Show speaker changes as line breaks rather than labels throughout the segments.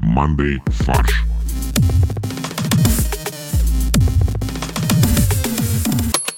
командой «Фарш».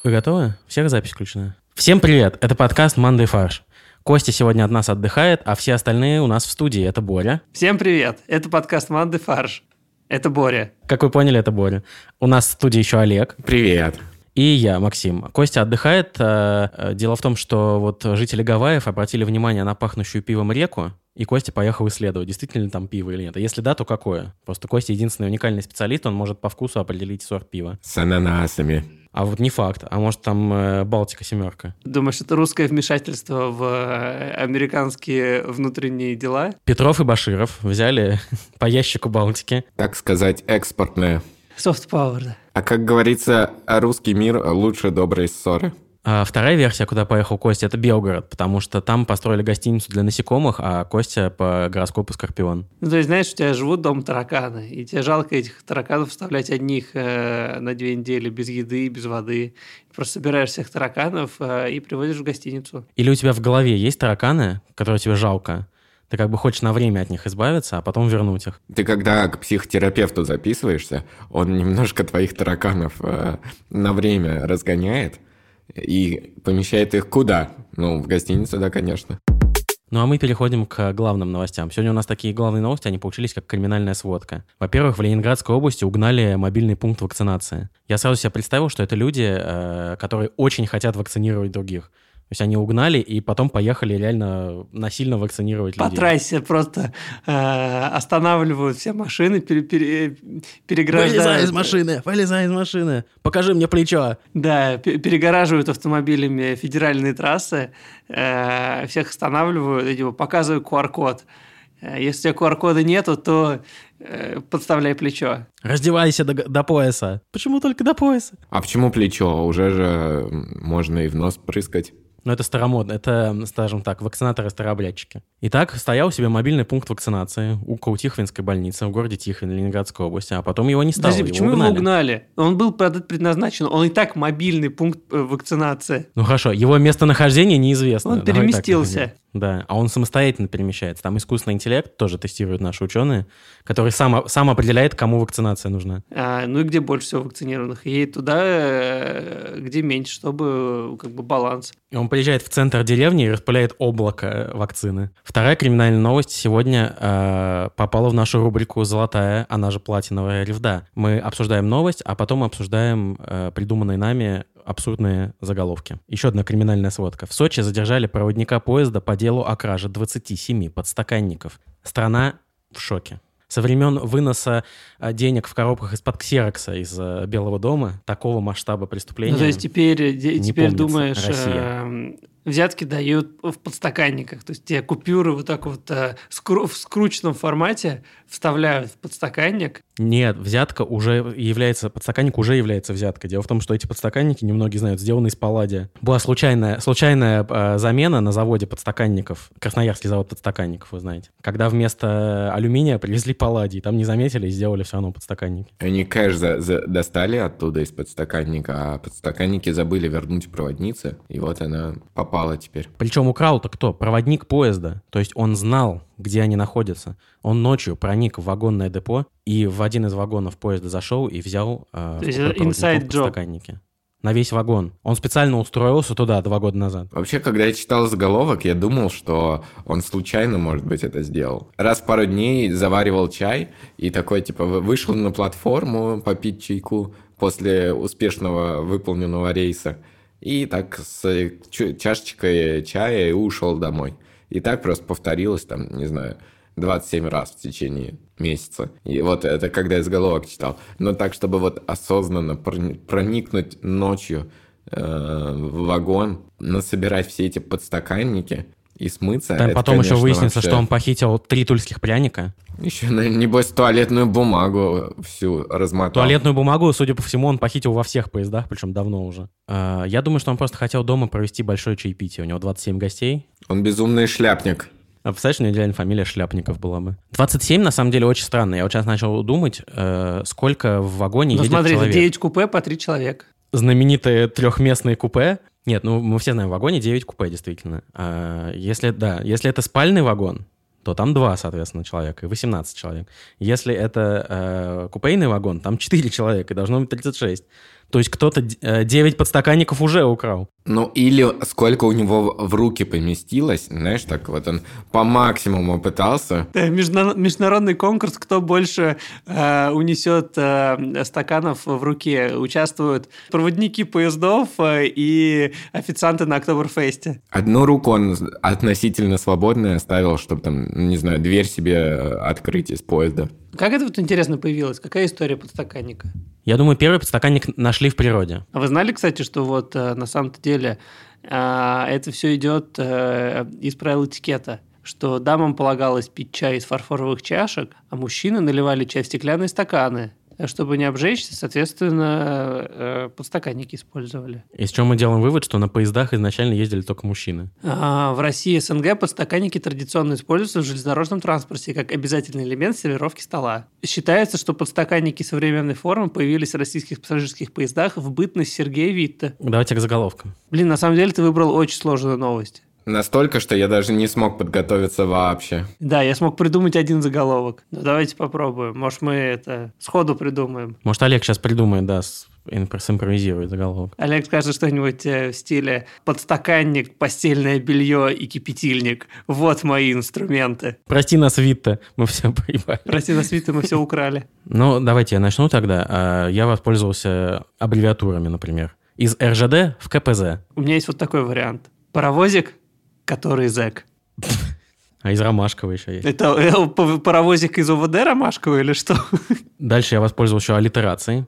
Вы готовы? Всех запись включена. Всем привет, это подкаст «Мандай фарш». Костя сегодня от нас отдыхает, а все остальные у нас в студии. Это Боря.
Всем привет! Это подкаст «Манды Фарш». Это Боря.
Как вы поняли, это Боря. У нас в студии еще Олег.
Привет.
И я, Максим. Костя отдыхает. Э, э, Дело в том, что вот жители Гавайев обратили внимание на пахнущую пивом реку, и Костя поехал исследовать, действительно ли там пиво или нет. А если да, то какое? Просто Костя единственный уникальный специалист, он может по вкусу определить сорт пива.
С ананасами.
А вот не факт. А может там э, Балтика семерка?
Думаешь, это русское вмешательство в э, американские внутренние дела?
Петров и Баширов взяли по ящику Балтики.
Так сказать, экспортное.
Soft power, да.
А как говорится, русский мир лучше доброй ссоры.
А вторая версия, куда поехал Костя, это Белгород, потому что там построили гостиницу для насекомых, а Костя по гороскопу Скорпион.
Ну, то есть, знаешь, у тебя живут дома тараканы, и тебе жалко этих тараканов вставлять одних э, на две недели без еды, без воды. Просто собираешь всех тараканов э, и привозишь в гостиницу.
Или у тебя в голове есть тараканы, которые тебе жалко, ты как бы хочешь на время от них избавиться, а потом вернуть их.
Ты когда к психотерапевту записываешься, он немножко твоих тараканов э, на время разгоняет и помещает их куда? Ну, в гостиницу, да, конечно.
Ну а мы переходим к главным новостям. Сегодня у нас такие главные новости, они получились как криминальная сводка. Во-первых, в Ленинградской области угнали мобильный пункт вакцинации. Я сразу себе представил, что это люди, э, которые очень хотят вакцинировать других. То есть они угнали и потом поехали реально насильно вакцинировать людей.
По трассе просто э, останавливают все машины, пере- пере- переграждают.
Вылезай из машины, вылезай из машины, покажи мне плечо.
Да, пе- перегораживают автомобилями федеральные трассы, э, всех останавливают, и, типа, показываю QR-код. Э, Если у тебя QR-кода нету, то э, подставляй плечо.
Раздевайся до, до пояса. Почему только до пояса?
А почему плечо? Уже же м, можно и в нос прыскать.
Но это старомодно, это, скажем так, вакцинаторы-старооблядчики. Итак, стоял себе мобильный пункт вакцинации у Каутихвинской больницы в городе Тихвин Ленинградской области, а потом его не стало,
Подожди,
его
почему
угнали.
его угнали? Он был правда, предназначен, он и так мобильный пункт э, вакцинации.
Ну хорошо, его местонахождение неизвестно.
Он
Давай так
переместился.
назовем. Да, а он самостоятельно перемещается. Там искусственный интеллект тоже тестируют наши ученые, который сам, сам определяет, кому вакцинация нужна.
А, ну и где больше всего вакцинированных? И едет туда, э, где меньше, чтобы э, как бы баланс.
И он приезжает в центр деревни и распыляет облако вакцины. Вторая криминальная новость сегодня э, попала в нашу рубрику «Золотая», она же «Платиновая ревда». Мы обсуждаем новость, а потом обсуждаем э, придуманные нами абсурдные заголовки. Еще одна криминальная сводка. В Сочи задержали проводника поезда по делу о краже 27 подстаканников. Страна в шоке. Со времен выноса э, денег в коробках из-под ксерокса из э, Белого дома такого масштаба преступления...
Ну, то есть теперь, э, де-
Не
теперь
помнится.
думаешь,
Россия.
эм, взятки дают в подстаканниках. То есть тебе купюры вот так вот э, скру- в скрученном формате вставляют в подстаканник.
Нет, взятка уже является, подстаканник уже является взяткой. Дело в том, что эти подстаканники, немногие знают, сделаны из палладия. Была случайная, случайная э, замена на заводе подстаканников, Красноярский завод подстаканников, вы знаете, когда вместо алюминия привезли палладий, там не заметили и сделали все равно подстаканники.
Они кэш за- за- достали оттуда из подстаканника, а подстаканники забыли вернуть проводнице, и вот она попала теперь.
Причем украл-то кто? Проводник поезда. То есть он знал, где они находятся. Он ночью проник в вагонное депо и в один из вагонов поезда зашел и взял э,
То есть
у
это
проводников
inside job.
подстаканники. На весь вагон. Он специально устроился туда два года назад.
Вообще, когда я читал заголовок, я думал, что он случайно, может быть, это сделал. Раз в пару дней заваривал чай и такой, типа, вы- вышел на платформу попить чайку после успешного выполненного рейса. И так с чу- чашечкой чая и ушел домой. И так просто повторилось, там, не знаю, 27 раз в течение месяца. И вот это когда я заголовок читал. Но так, чтобы вот осознанно прони- проникнуть ночью э, в вагон, насобирать все эти подстаканники и смыться.
Там
это,
потом еще
конечно,
выяснится,
вообще-
что он похитил три тульских пряника.
Еще, на- небось, туалетную бумагу всю размотал.
Туалетную бумагу, судя по всему, он похитил во всех поездах, причем давно уже. А, Я думаю, что он просто хотел дома провести большое чаепитие. У него 27 гостей.
Он безумный шляпник.
А представляешь, у него идеальная фамилия Шляпников была бы. 27, на самом деле, очень странно. Я вот сейчас начал думать, э, сколько в вагоне
Ну
едет
смотри, это
человек.
9 купе по 3 человека.
знаменитые трехместные купе. Нет, ну мы все знаем, в вагоне 9 купе, действительно. А, если, да, если это спальный вагон, то там 2, соответственно, человека и 18 человек. Если это э, купейный вагон, там 4 человека, и должно быть 36. То есть кто-то э, 9 подстаканников уже украл.
Ну, или сколько у него в руки поместилось, знаешь, так вот он по максимуму пытался.
Да, Э, междуна- международный конкурс, кто больше э, унесет э, стаканов в руке. Участвуют проводники поездов э, и официанты на Октоберфесте.
Одну руку он относительно свободной оставил, чтобы там, не знаю, дверь себе э, открыть из поезда.
Как это вот интересно появилось? Какая история подстаканника?
Я думаю, первый подстаканник нашли в природе.
А вы знали, кстати, что вот э, на самом-то деле э, это все идет э, из правил этикета, что дамам полагалось пить чай из фарфоровых чашек, а мужчины наливали чай в стеклянные стаканы. А Чтобы не обжечься, соответственно, э, подстаканники использовали.
Из чего мы делаем вывод, что на поездах изначально ездили только мужчины.
А, в России СНГ подстаканники традиционно используются в железнодорожном транспорте как обязательный элемент сервировки стола. Считается, что подстаканники современной формы появились в российских пассажирских поездах в бытность Сергея Витта.
Давайте к заголовкам.
Блин, на самом деле ты выбрал очень сложную новость.
Настолько, что я даже не смог подготовиться вообще.
Да, я смог придумать один заголовок. Ну, давайте попробуем. Может, мы это сходу придумаем.
Может, Олег сейчас придумает, да, с- импро- симпровизирует заголовок.
Олег скажет что-нибудь э, в стиле «подстаканник, постельное белье и кипятильник. Вот мои инструменты».
Прости нас, Витта, мы все поебали.
Прости, нас, Вита, мы все украли.
Ну, давайте я начну тогда. А, Я воспользовался аббревиатурами, например. Из РЖД в КПЗ,
У меня есть вот такой вариант. Паровозик, который зэк.
а из Ромашкова еще есть.
Это э, п- паровозик из ОВД Ромашкова или что?
Дальше я воспользовался аллитерацией.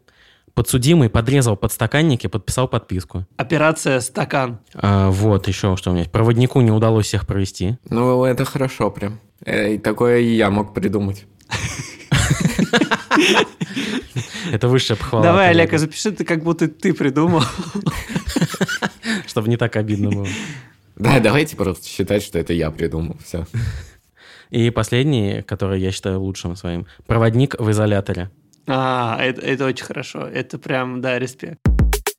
Подсудимый подрезал подстаканники, подписал подписку.
Операция «Стакан».
А, вот еще что у меня есть. Проводнику не удалось всех провести.
Ну, это хорошо прям. Э, Такое и я мог придумать.
Это высшая похвала.
Давай,
Олегу,
Олег, а запиши ты, как будто ты придумал.
Чтобы не так обидно было.
Да, давайте просто считать, что это я придумал. Все.
И последний, который я считаю лучшим своим. Проводник в изоляторе.
А, это, это очень хорошо. Это прям, да, респект.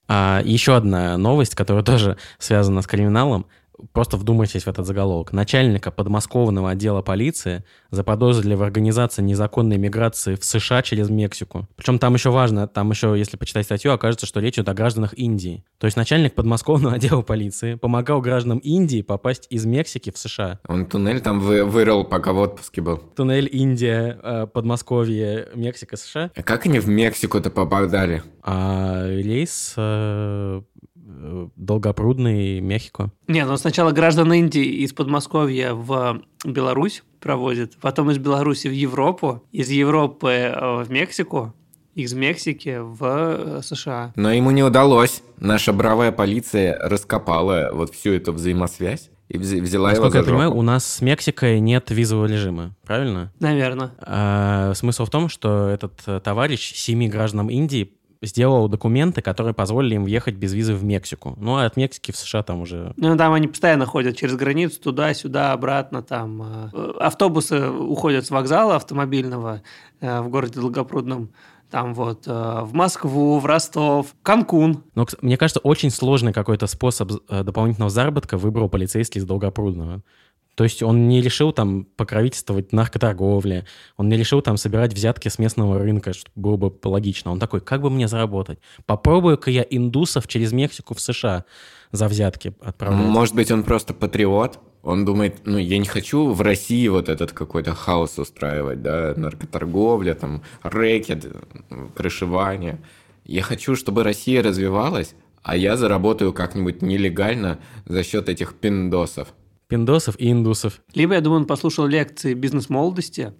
А еще одна новость, которая тоже связана с криминалом. Просто вдумайтесь в этот заголовок. Начальника подмосковного отдела полиции заподозрили в организации незаконной миграции в США через Мексику. Причем там еще важно, там еще, если почитать статью, окажется, что речь идет о гражданах Индии. То есть начальник подмосковного отдела полиции помогал гражданам Индии попасть из Мексики в США.
Он туннель там вы, вырыл, пока в отпуске был.
Туннель Индия, э, Подмосковье, Мексика, США.
А как они в Мексику-то попадали?
А рейс э, э, Долгопрудный, Мехико.
Не, ну сначала граждан Индии из Подмосковья в Беларусь проводят, потом из Беларуси в Европу, из Европы э, в Мексику, из Мексики в э, США.
Но ему не удалось. Наша бравая полиция раскопала вот всю эту взаимосвязь и вз- взяла
Насколько я
его за
понимаю, у
жопу.
нас с Мексикой нет визового режима, правильно?
Наверное.
А, смысл в том, что этот э, товарищ семи гражданам Индии сделал документы, которые позволили им въехать без визы в Мексику. Ну, а от Мексики в США там уже...
Ну, там они постоянно ходят через границу, туда-сюда, обратно, там. э, Автобусы уходят с вокзала автомобильного э, в городе Долгопрудном, там вот, э, в Москву, в Ростов, Канкун.
Но, кс- мне кажется, очень сложный какой-то способ э, дополнительного заработка выбрал полицейский из Долгопрудного. То есть он не решил там покровительствовать наркоторговле, он не решил там собирать взятки с местного рынка, что было бы логично. Он такой, как бы мне заработать? Попробую-ка я индусов через Мексику в США за взятки отправлять.
Может быть, он просто патриот? Он думает, ну, я не хочу в России вот этот какой-то хаос устраивать, да, наркоторговля, там, рэкет, м, крышевание. Я хочу, чтобы Россия развивалась, а я заработаю как-нибудь нелегально за счет этих пиндосов.
Пиндосов и индусов.
Либо, я думаю, он послушал лекции бизнес-молодости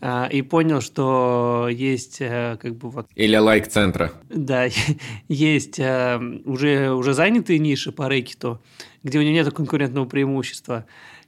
а, и понял, что есть, э, как бы вот,
Или лайк-центра.
да, есть э, уже, уже занятые ниши по рэкету, где у него нет конкурентного преимущества.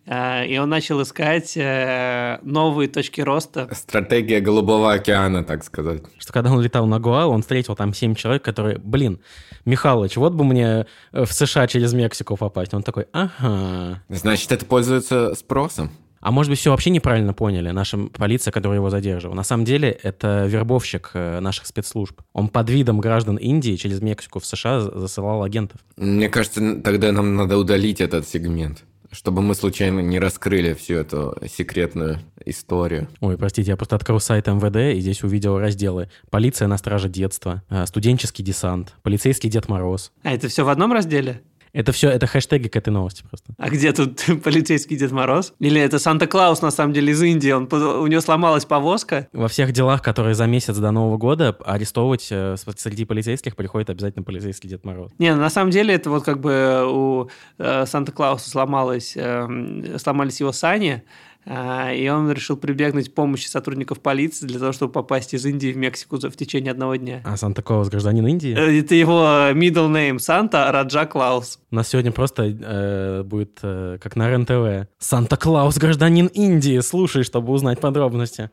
А, И он начал искать э, новые точки роста.
Стратегия Голубого океана, так сказать.
Что когда он летал на Гуа, он встретил там семь человек, которые, блин, Михалыч, вот бы мне э, в США через Мексику попасть. Он такой, ага,
Значит, это пользуется спросом.
А может быть, все вообще неправильно поняли, наша полиция, которая его задерживала. На самом деле, это вербовщик э, наших спецслужб. Он под видом граждан Индии через Мексику в США за- засылал агентов.
Мне кажется, н- тогда нам надо удалить этот сегмент. Чтобы мы случайно не раскрыли всю эту секретную историю.
Ой, простите, я просто открыл сайт МВД и здесь увидел разделы. Полиция на страже детства, э, студенческий десант, полицейский Дед Мороз.
А это все в одном разделе?
Это все, это хэштеги к этой новости просто.
А где тут полицейский Дед Мороз? Или это Санта-Клаус, на самом деле, из Индии? Он, у него сломалась повозка?
Во всех делах, которые за месяц до Нового года арестовывать э, среди полицейских приходит обязательно полицейский Дед Мороз.
Не, ну, на самом деле, это вот как бы у э, Санта-Клауса сломалась, э, сломались его сани, э, и он решил прибегнуть к помощи сотрудников полиции для того, чтобы попасть из Индии в Мексику в течение одного дня. Э,
А Санта-Клаус гражданин Индии?
Это его middle name Санта Раджа Клаус.
У нас сегодня просто э, будет, э, как на РЕН-ТВ, Санта-Клаус гражданин Индии. Слушай, чтобы узнать подробности.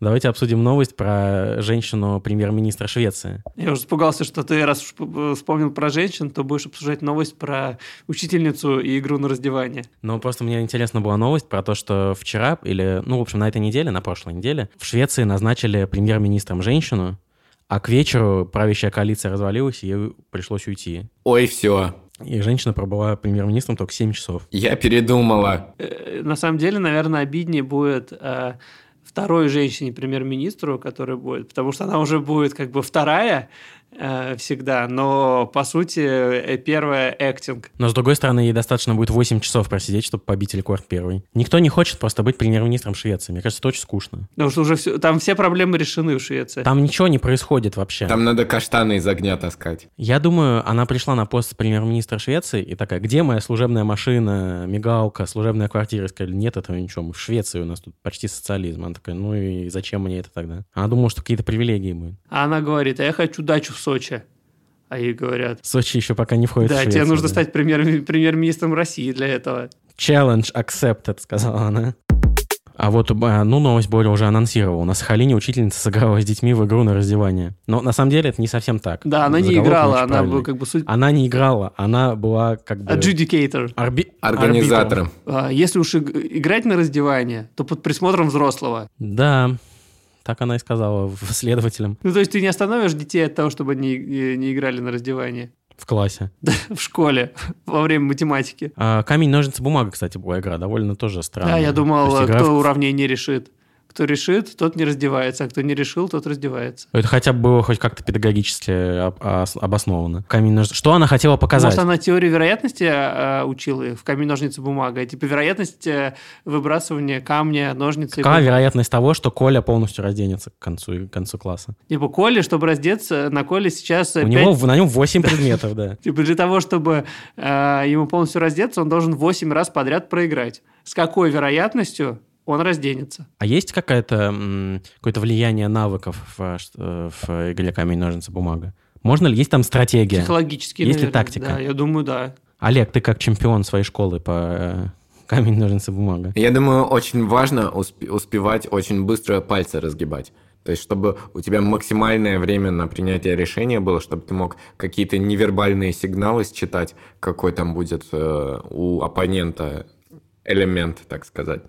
Давайте обсудим новость про женщину премьер-министра Швеции.
Я уже испугался, что ты, раз уж э, вспомнил про женщин, то будешь обсуждать новость про учительницу и игру на раздевание.
Ну, просто мне интересна была новость про то, что вчера или, ну, в общем, на этой неделе, на прошлой неделе, в Швеции назначили премьер-министром женщину, а к вечеру правящая коалиция развалилась, и ей пришлось уйти.
Ой, все,
и женщина пробыла премьер-министром только 7 часов.
Я передумала.
Э, На самом деле, наверное, обиднее будет э, второй женщине премьер-министру, которая будет, потому что она уже будет как бы вторая э, всегда, но по сути э, первая актинг.
Но, с другой стороны, ей достаточно будет 8 часов просидеть, чтобы побить рекорд первый. Никто не хочет просто быть премьер-министром Швеции. Мне кажется, это очень скучно.
Потому что уже все, там все проблемы решены в Швеции.
Там ничего не происходит вообще.
Там надо каштаны из огня таскать.
Я думаю, она пришла на пост премьер-министра Швеции и такая, где моя служебная машина, мигалка, служебная квартира? И сказали, нет этого ничего, в Швеции у нас тут почти социализм. Она такая, ну и зачем мне это тогда? Она думала, что какие-то привилегии будут.
А она говорит, а я хочу дачу в Сочи. А ей говорят,
Сочи еще пока не входит в
да,
Швецию.
тебе нужно стать премьер- премьер-министром России для этого.
Challenge accepted, сказала она. А вот, э, ну, новость Боря уже анонсировал. На Сахалине учительница сыграла с детьми в игру на раздевание. Но на самом деле это не совсем так.
Да, она не
Заголовок
играла,
очень
она
Ну, правильный.
была как бы суть...
Она не играла, она была как бы...
Adjudicator.
арби- арбитром.
Организатором.
А, Если уж иг- играть на раздевание, то под присмотром взрослого.
Да, так она и сказала в- следователям
Ну, то есть ты не остановишь детей от того, чтобы они э, не играли на раздевание
в классе.
в школе во время математики.
А, камень, ножницы, бумага, кстати, была игра. Довольно тоже странная.
Да, я думал,
То есть игра
кто
в-
уравнение решит. Кто решит, тот не раздевается, а кто не решил, тот раздевается.
Это хотя бы было хоть как-то педагогически об- ос- обосновано. Камень, ножницы... Что она хотела показать?
Может, она теорию вероятности э, учила их в камень, ножницы, бумага. Типа вероятность э, выбрасывания камня, ножницы. и
Какова
бумаги.
вероятность того, что Коля полностью разденется к концу, к концу класса?
Типа Коле, чтобы раздеться, на Коле сейчас...
У
э, пять-
него в- на нем 8 предметов, да.
Типа для того, чтобы э, ему полностью раздеться, он должен 8 раз подряд проиграть. С какой вероятностью он разденется?
А есть какая-то, м, какое-то влияние навыков в, э, ш- э, в игре камень, ножницы, бумага? Можно ли? Есть там стратегия?
Психологически,
Есть ли
наверное,
тактика?
Да, я думаю, да.
Олег, ты как чемпион своей школы по э, камень, ножницы, бумага.
Я думаю, очень важно успе- успевать очень быстро пальцы разгибать. То есть, чтобы у тебя максимальное время на принятие решения было, чтобы ты мог какие-то невербальные сигналы считать, какой там будет э, у оппонента элемент, так сказать.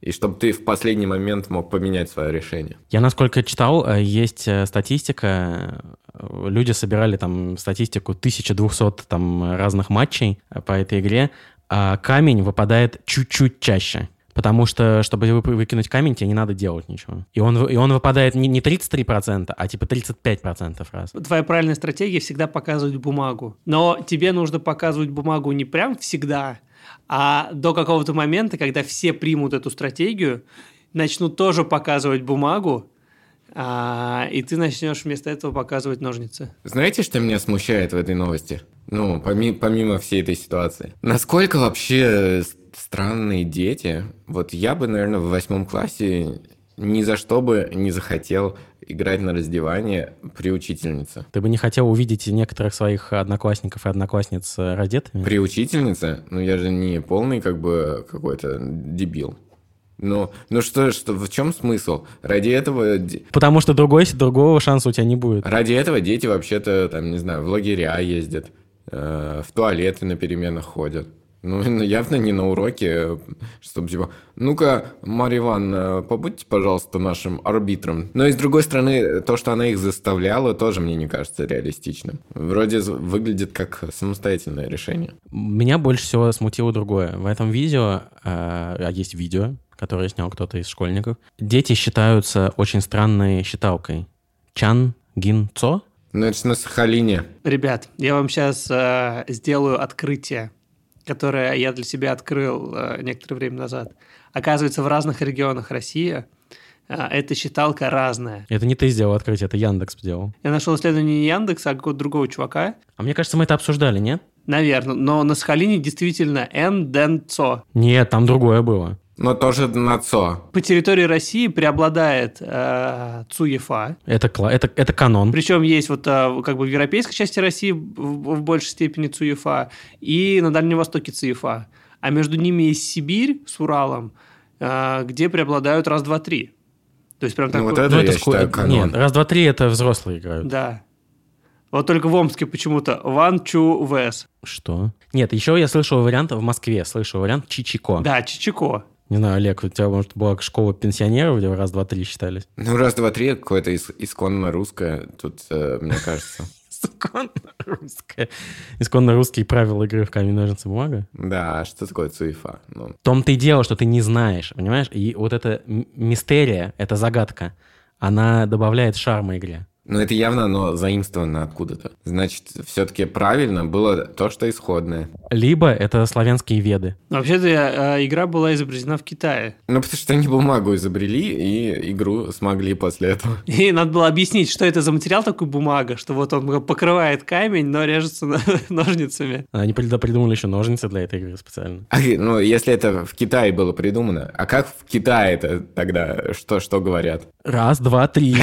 И чтобы ты в последний момент мог поменять свое решение.
Я, насколько читал, э, есть э, статистика, э, люди собирали там статистику 1200 там разных матчей э, по этой игре, а камень выпадает чуть-чуть чаще. Потому что, чтобы вы- выкинуть камень, тебе не надо делать ничего. И он, вы- и он выпадает не, не 33%, а типа 35% раз.
Твоя правильная стратегия всегда показывать бумагу. Но тебе нужно показывать бумагу не прям всегда, а до какого-то момента, когда все примут эту стратегию, начнут тоже показывать бумагу, а, и ты начнешь вместо этого показывать ножницы.
Знаете, что меня смущает в этой новости? Ну, поми- помимо всей этой ситуации. Насколько вообще э, с- странные дети? Вот я бы, наверное, в восьмом классе ни за что бы не захотел играть на раздевание при учительнице.
Ты бы не хотел увидеть некоторых своих одноклассников и одноклассниц э, раздетыми?
При учительнице? Ну, я же не полный как бы какой-то дебил. Ну, ну что, что, в чем смысл? Ради этого де-
Потому что другой, другого шанса у тебя не будет.
Ради этого дети вообще-то, там, не знаю, в лагеря ездят, э, в туалеты на переменах ходят. Ну, ну, явно не на уроке, чтобы типа, ну-ка, Марья Ивановна, побудьте, пожалуйста, нашим арбитром. Но и с другой стороны, то, что она их заставляла, тоже мне не кажется реалистичным. Вроде з- выглядит как самостоятельное решение.
Меня больше всего смутило другое. В этом видео, э, а есть видео, которое снял кто-то из школьников, дети считаются очень странной считалкой. Чан Гин Цо?
Но это ж на Сахалине.
Ребят, я вам сейчас э, сделаю открытие, которое я для себя открыл э, некоторое время назад. Оказывается, в разных регионах России э, эта считалка разная.
Это не ты сделал открытие, это Яндекс сделал.
Я нашел исследование не Яндекса, а какого-то другого чувака.
А мне кажется, мы это обсуждали, нет?
Наверное, но на Сахалине действительно энденцо.
Нет, там другое было.
Но тоже на ЦО.
По территории России преобладает э, Цуефа.
Это, кла- это, это канон.
Причем есть вот э, как бы в европейской части России в, в большей степени Цуефа и на Дальнем Востоке Цуефа. А между ними есть Сибирь с Уралом, э, где преобладают раз, два, три. То есть прям
Ну,
такой...
вот это
Ну,
я
ско-
считаю канон.
Нет, раз, два, три это взрослые играют.
Да. Вот только в Омске почему-то One, Two, Wes.
Что? Нет, еще я слышал вариант в Москве, слышал вариант Чичико.
Да, Чичико.
Не знаю, Олег, у тебя, может, была школа пенсионеров, где раз, два, три считались?
Ну, раз, два, три, какое-то ис- исконно русское, тут, э, мне кажется.
Исконно русское. Исконно русские правила игры в камень, ножницы, бумага.
Да, а что такое ЦУЕФА? Ну,
В том-то и дело, что ты не знаешь, понимаешь? И вот эта м- мистерия, эта загадка, она добавляет шарма игре.
Но Ну, это явно оно заимствовано откуда-то. Значит, все-таки правильно было то, что исходное.
Либо это славянские веды.
Но Вообще-то э, игра была изобретена в Китае.
Ну, потому что они бумагу изобрели и игру смогли после этого.
И надо было объяснить, что это за материал такой бумага, что вот он покрывает камень, но режется на- ножницами.
Они прид- придумали еще ножницы для этой игры специально.
А, ну, если это в Китае было придумано, а как в Китае это тогда? Что, что говорят?
Раз, два, три.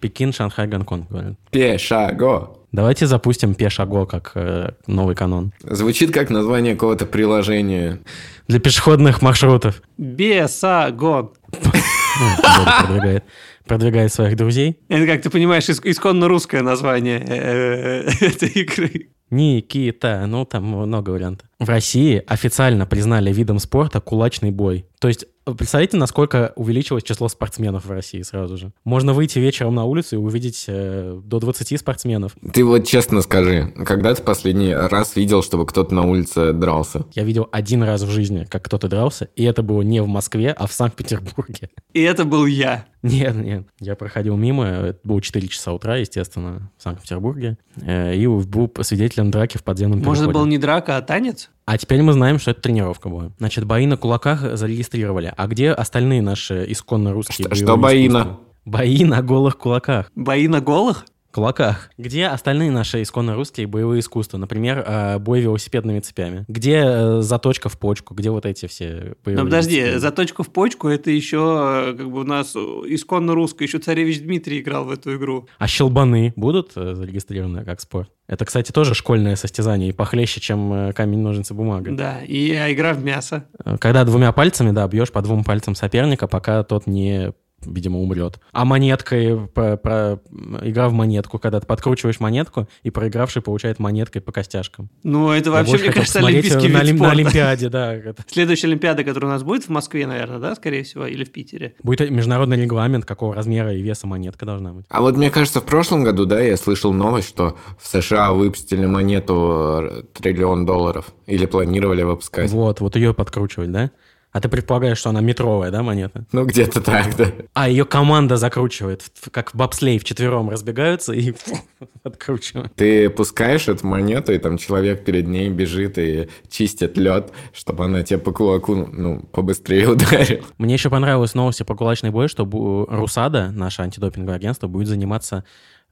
Пекин, Шанхай, Гонконг, говорят.
Пешаго.
Давайте запустим пешаго как э, новый канон.
Звучит как название какого-то приложения.
Для пешеходных маршрутов.
Бесогон.
Федор продвигает, продвигает своих друзей.
Это, как ты понимаешь, иск- исконно русское название э, этой игры.
Никита, ну там много вариантов. В России официально признали видом спорта кулачный бой. То есть, вы представляете, насколько увеличилось число спортсменов в России сразу же. Можно выйти вечером на улицу и увидеть э, до 20 спортсменов.
Ты вот честно скажи, когда ты последний раз видел, чтобы кто-то на улице дрался?
Я видел один раз в жизни, как кто-то дрался, и это было не в Москве, а в Санкт-Петербурге.
И это был я.
Нет, нет. Я проходил мимо, это было 4 часа утра, естественно, в Санкт-Петербурге, э, и был свидетелем драки в подземном
Может, это
переходе.
был не драка, а танец?
А теперь мы знаем, что это тренировка была. Значит, бои на кулаках зарегистрировали. А где остальные наши исконно русские
Что-
боевые
что бои
искусства?
на?
Бои на голых кулаках.
Бои на голых?
Кулаках. Где остальные наши исконно русские боевые искусства? Например, э, бой велосипедными цепями. Где э, заточка в почку? Где вот эти все боевые
Но Ну, подожди,
дисциплины?
заточку в почку это еще э, как бы у нас э, исконно русское, еще царевич Дмитрий играл в эту игру.
А щелбаны будут э, зарегистрированы как спорт? Это, кстати, тоже школьное состязание и похлеще, чем э, камень, ножницы, бумага.
Да, и э, игра в мясо.
Э, Когда двумя пальцами, да, бьешь по двум пальцам соперника, пока тот не, видимо, умрет. А монеткой, про- про- игра в монетку, когда ты подкручиваешь монетку, и проигравший получает монеткой по костяшкам.
Ну, это
Я
вообще,
А больше
мне
хотел
кажется,
посмотреть э,
олимпийский
на,
вид
Олим- на
спорта.
Олимпиаде, да. это.
Следующая Олимпиада, которая у нас будет в Москве, наверное, да, скорее всего, или в Питере.
Будет международный регламент, какого размера и веса монетка должна быть.
А вот мне кажется, в прошлом году, да, я слышал новость, что в США выпустили монету э, триллион долларов. Или планировали выпускать.
Вот, вот ее подкручивать, да? А ты предполагаешь, что она метровая, да, монета?
Ну, где-то так, да.
А ее команда закручивает, в- как в бобслей вчетвером разбегаются и откручивают.
Ты пускаешь эту монету, и там человек перед ней бежит и чистит лед, чтобы она тебе по кулаку, ну, побыстрее ударила.
Мне еще понравилась новость про кулачный бой, что бу- Русада, наше антидопинговое агентство, будет заниматься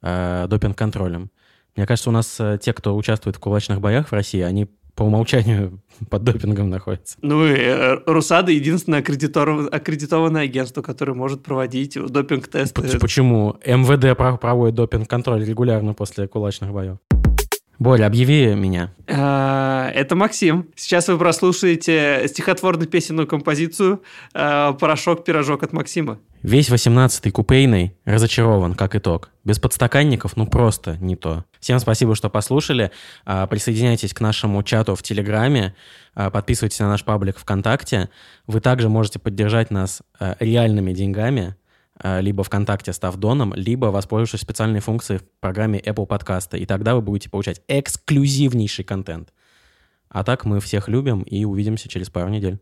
э, допинг-контролем. Мне кажется, у нас э, те, кто участвует в кулачных боях в России, они по умолчанию под допингом находятся.
Ну, и э, Русада единственное аккредитор- аккредитованное агентство, которое может проводить допинг-тесты.
П- Почему МВД про- проводит допинг-контроль регулярно после кулачных боев? Боря, объяви меня.
А, Это Максим. Сейчас вы прослушаете стихотворно-песенную композицию а, «Порошок-пирожок» э, от Максима.
Весь 18-й купейный разочарован, как итог. Без подстаканников, ну просто не то. Всем спасибо, что послушали. А, Присоединяйтесь к нашему чату в Телеграме, а, подписывайтесь на наш паблик ВКонтакте. Вы также можете поддержать нас а, реальными деньгами, а, либо ВКонтакте став доном, либо воспользовавшись специальной функцией в программе Apple подкаста. И тогда вы будете получать эксклюзивнейший контент. А так мы всех любим и увидимся через пару недель.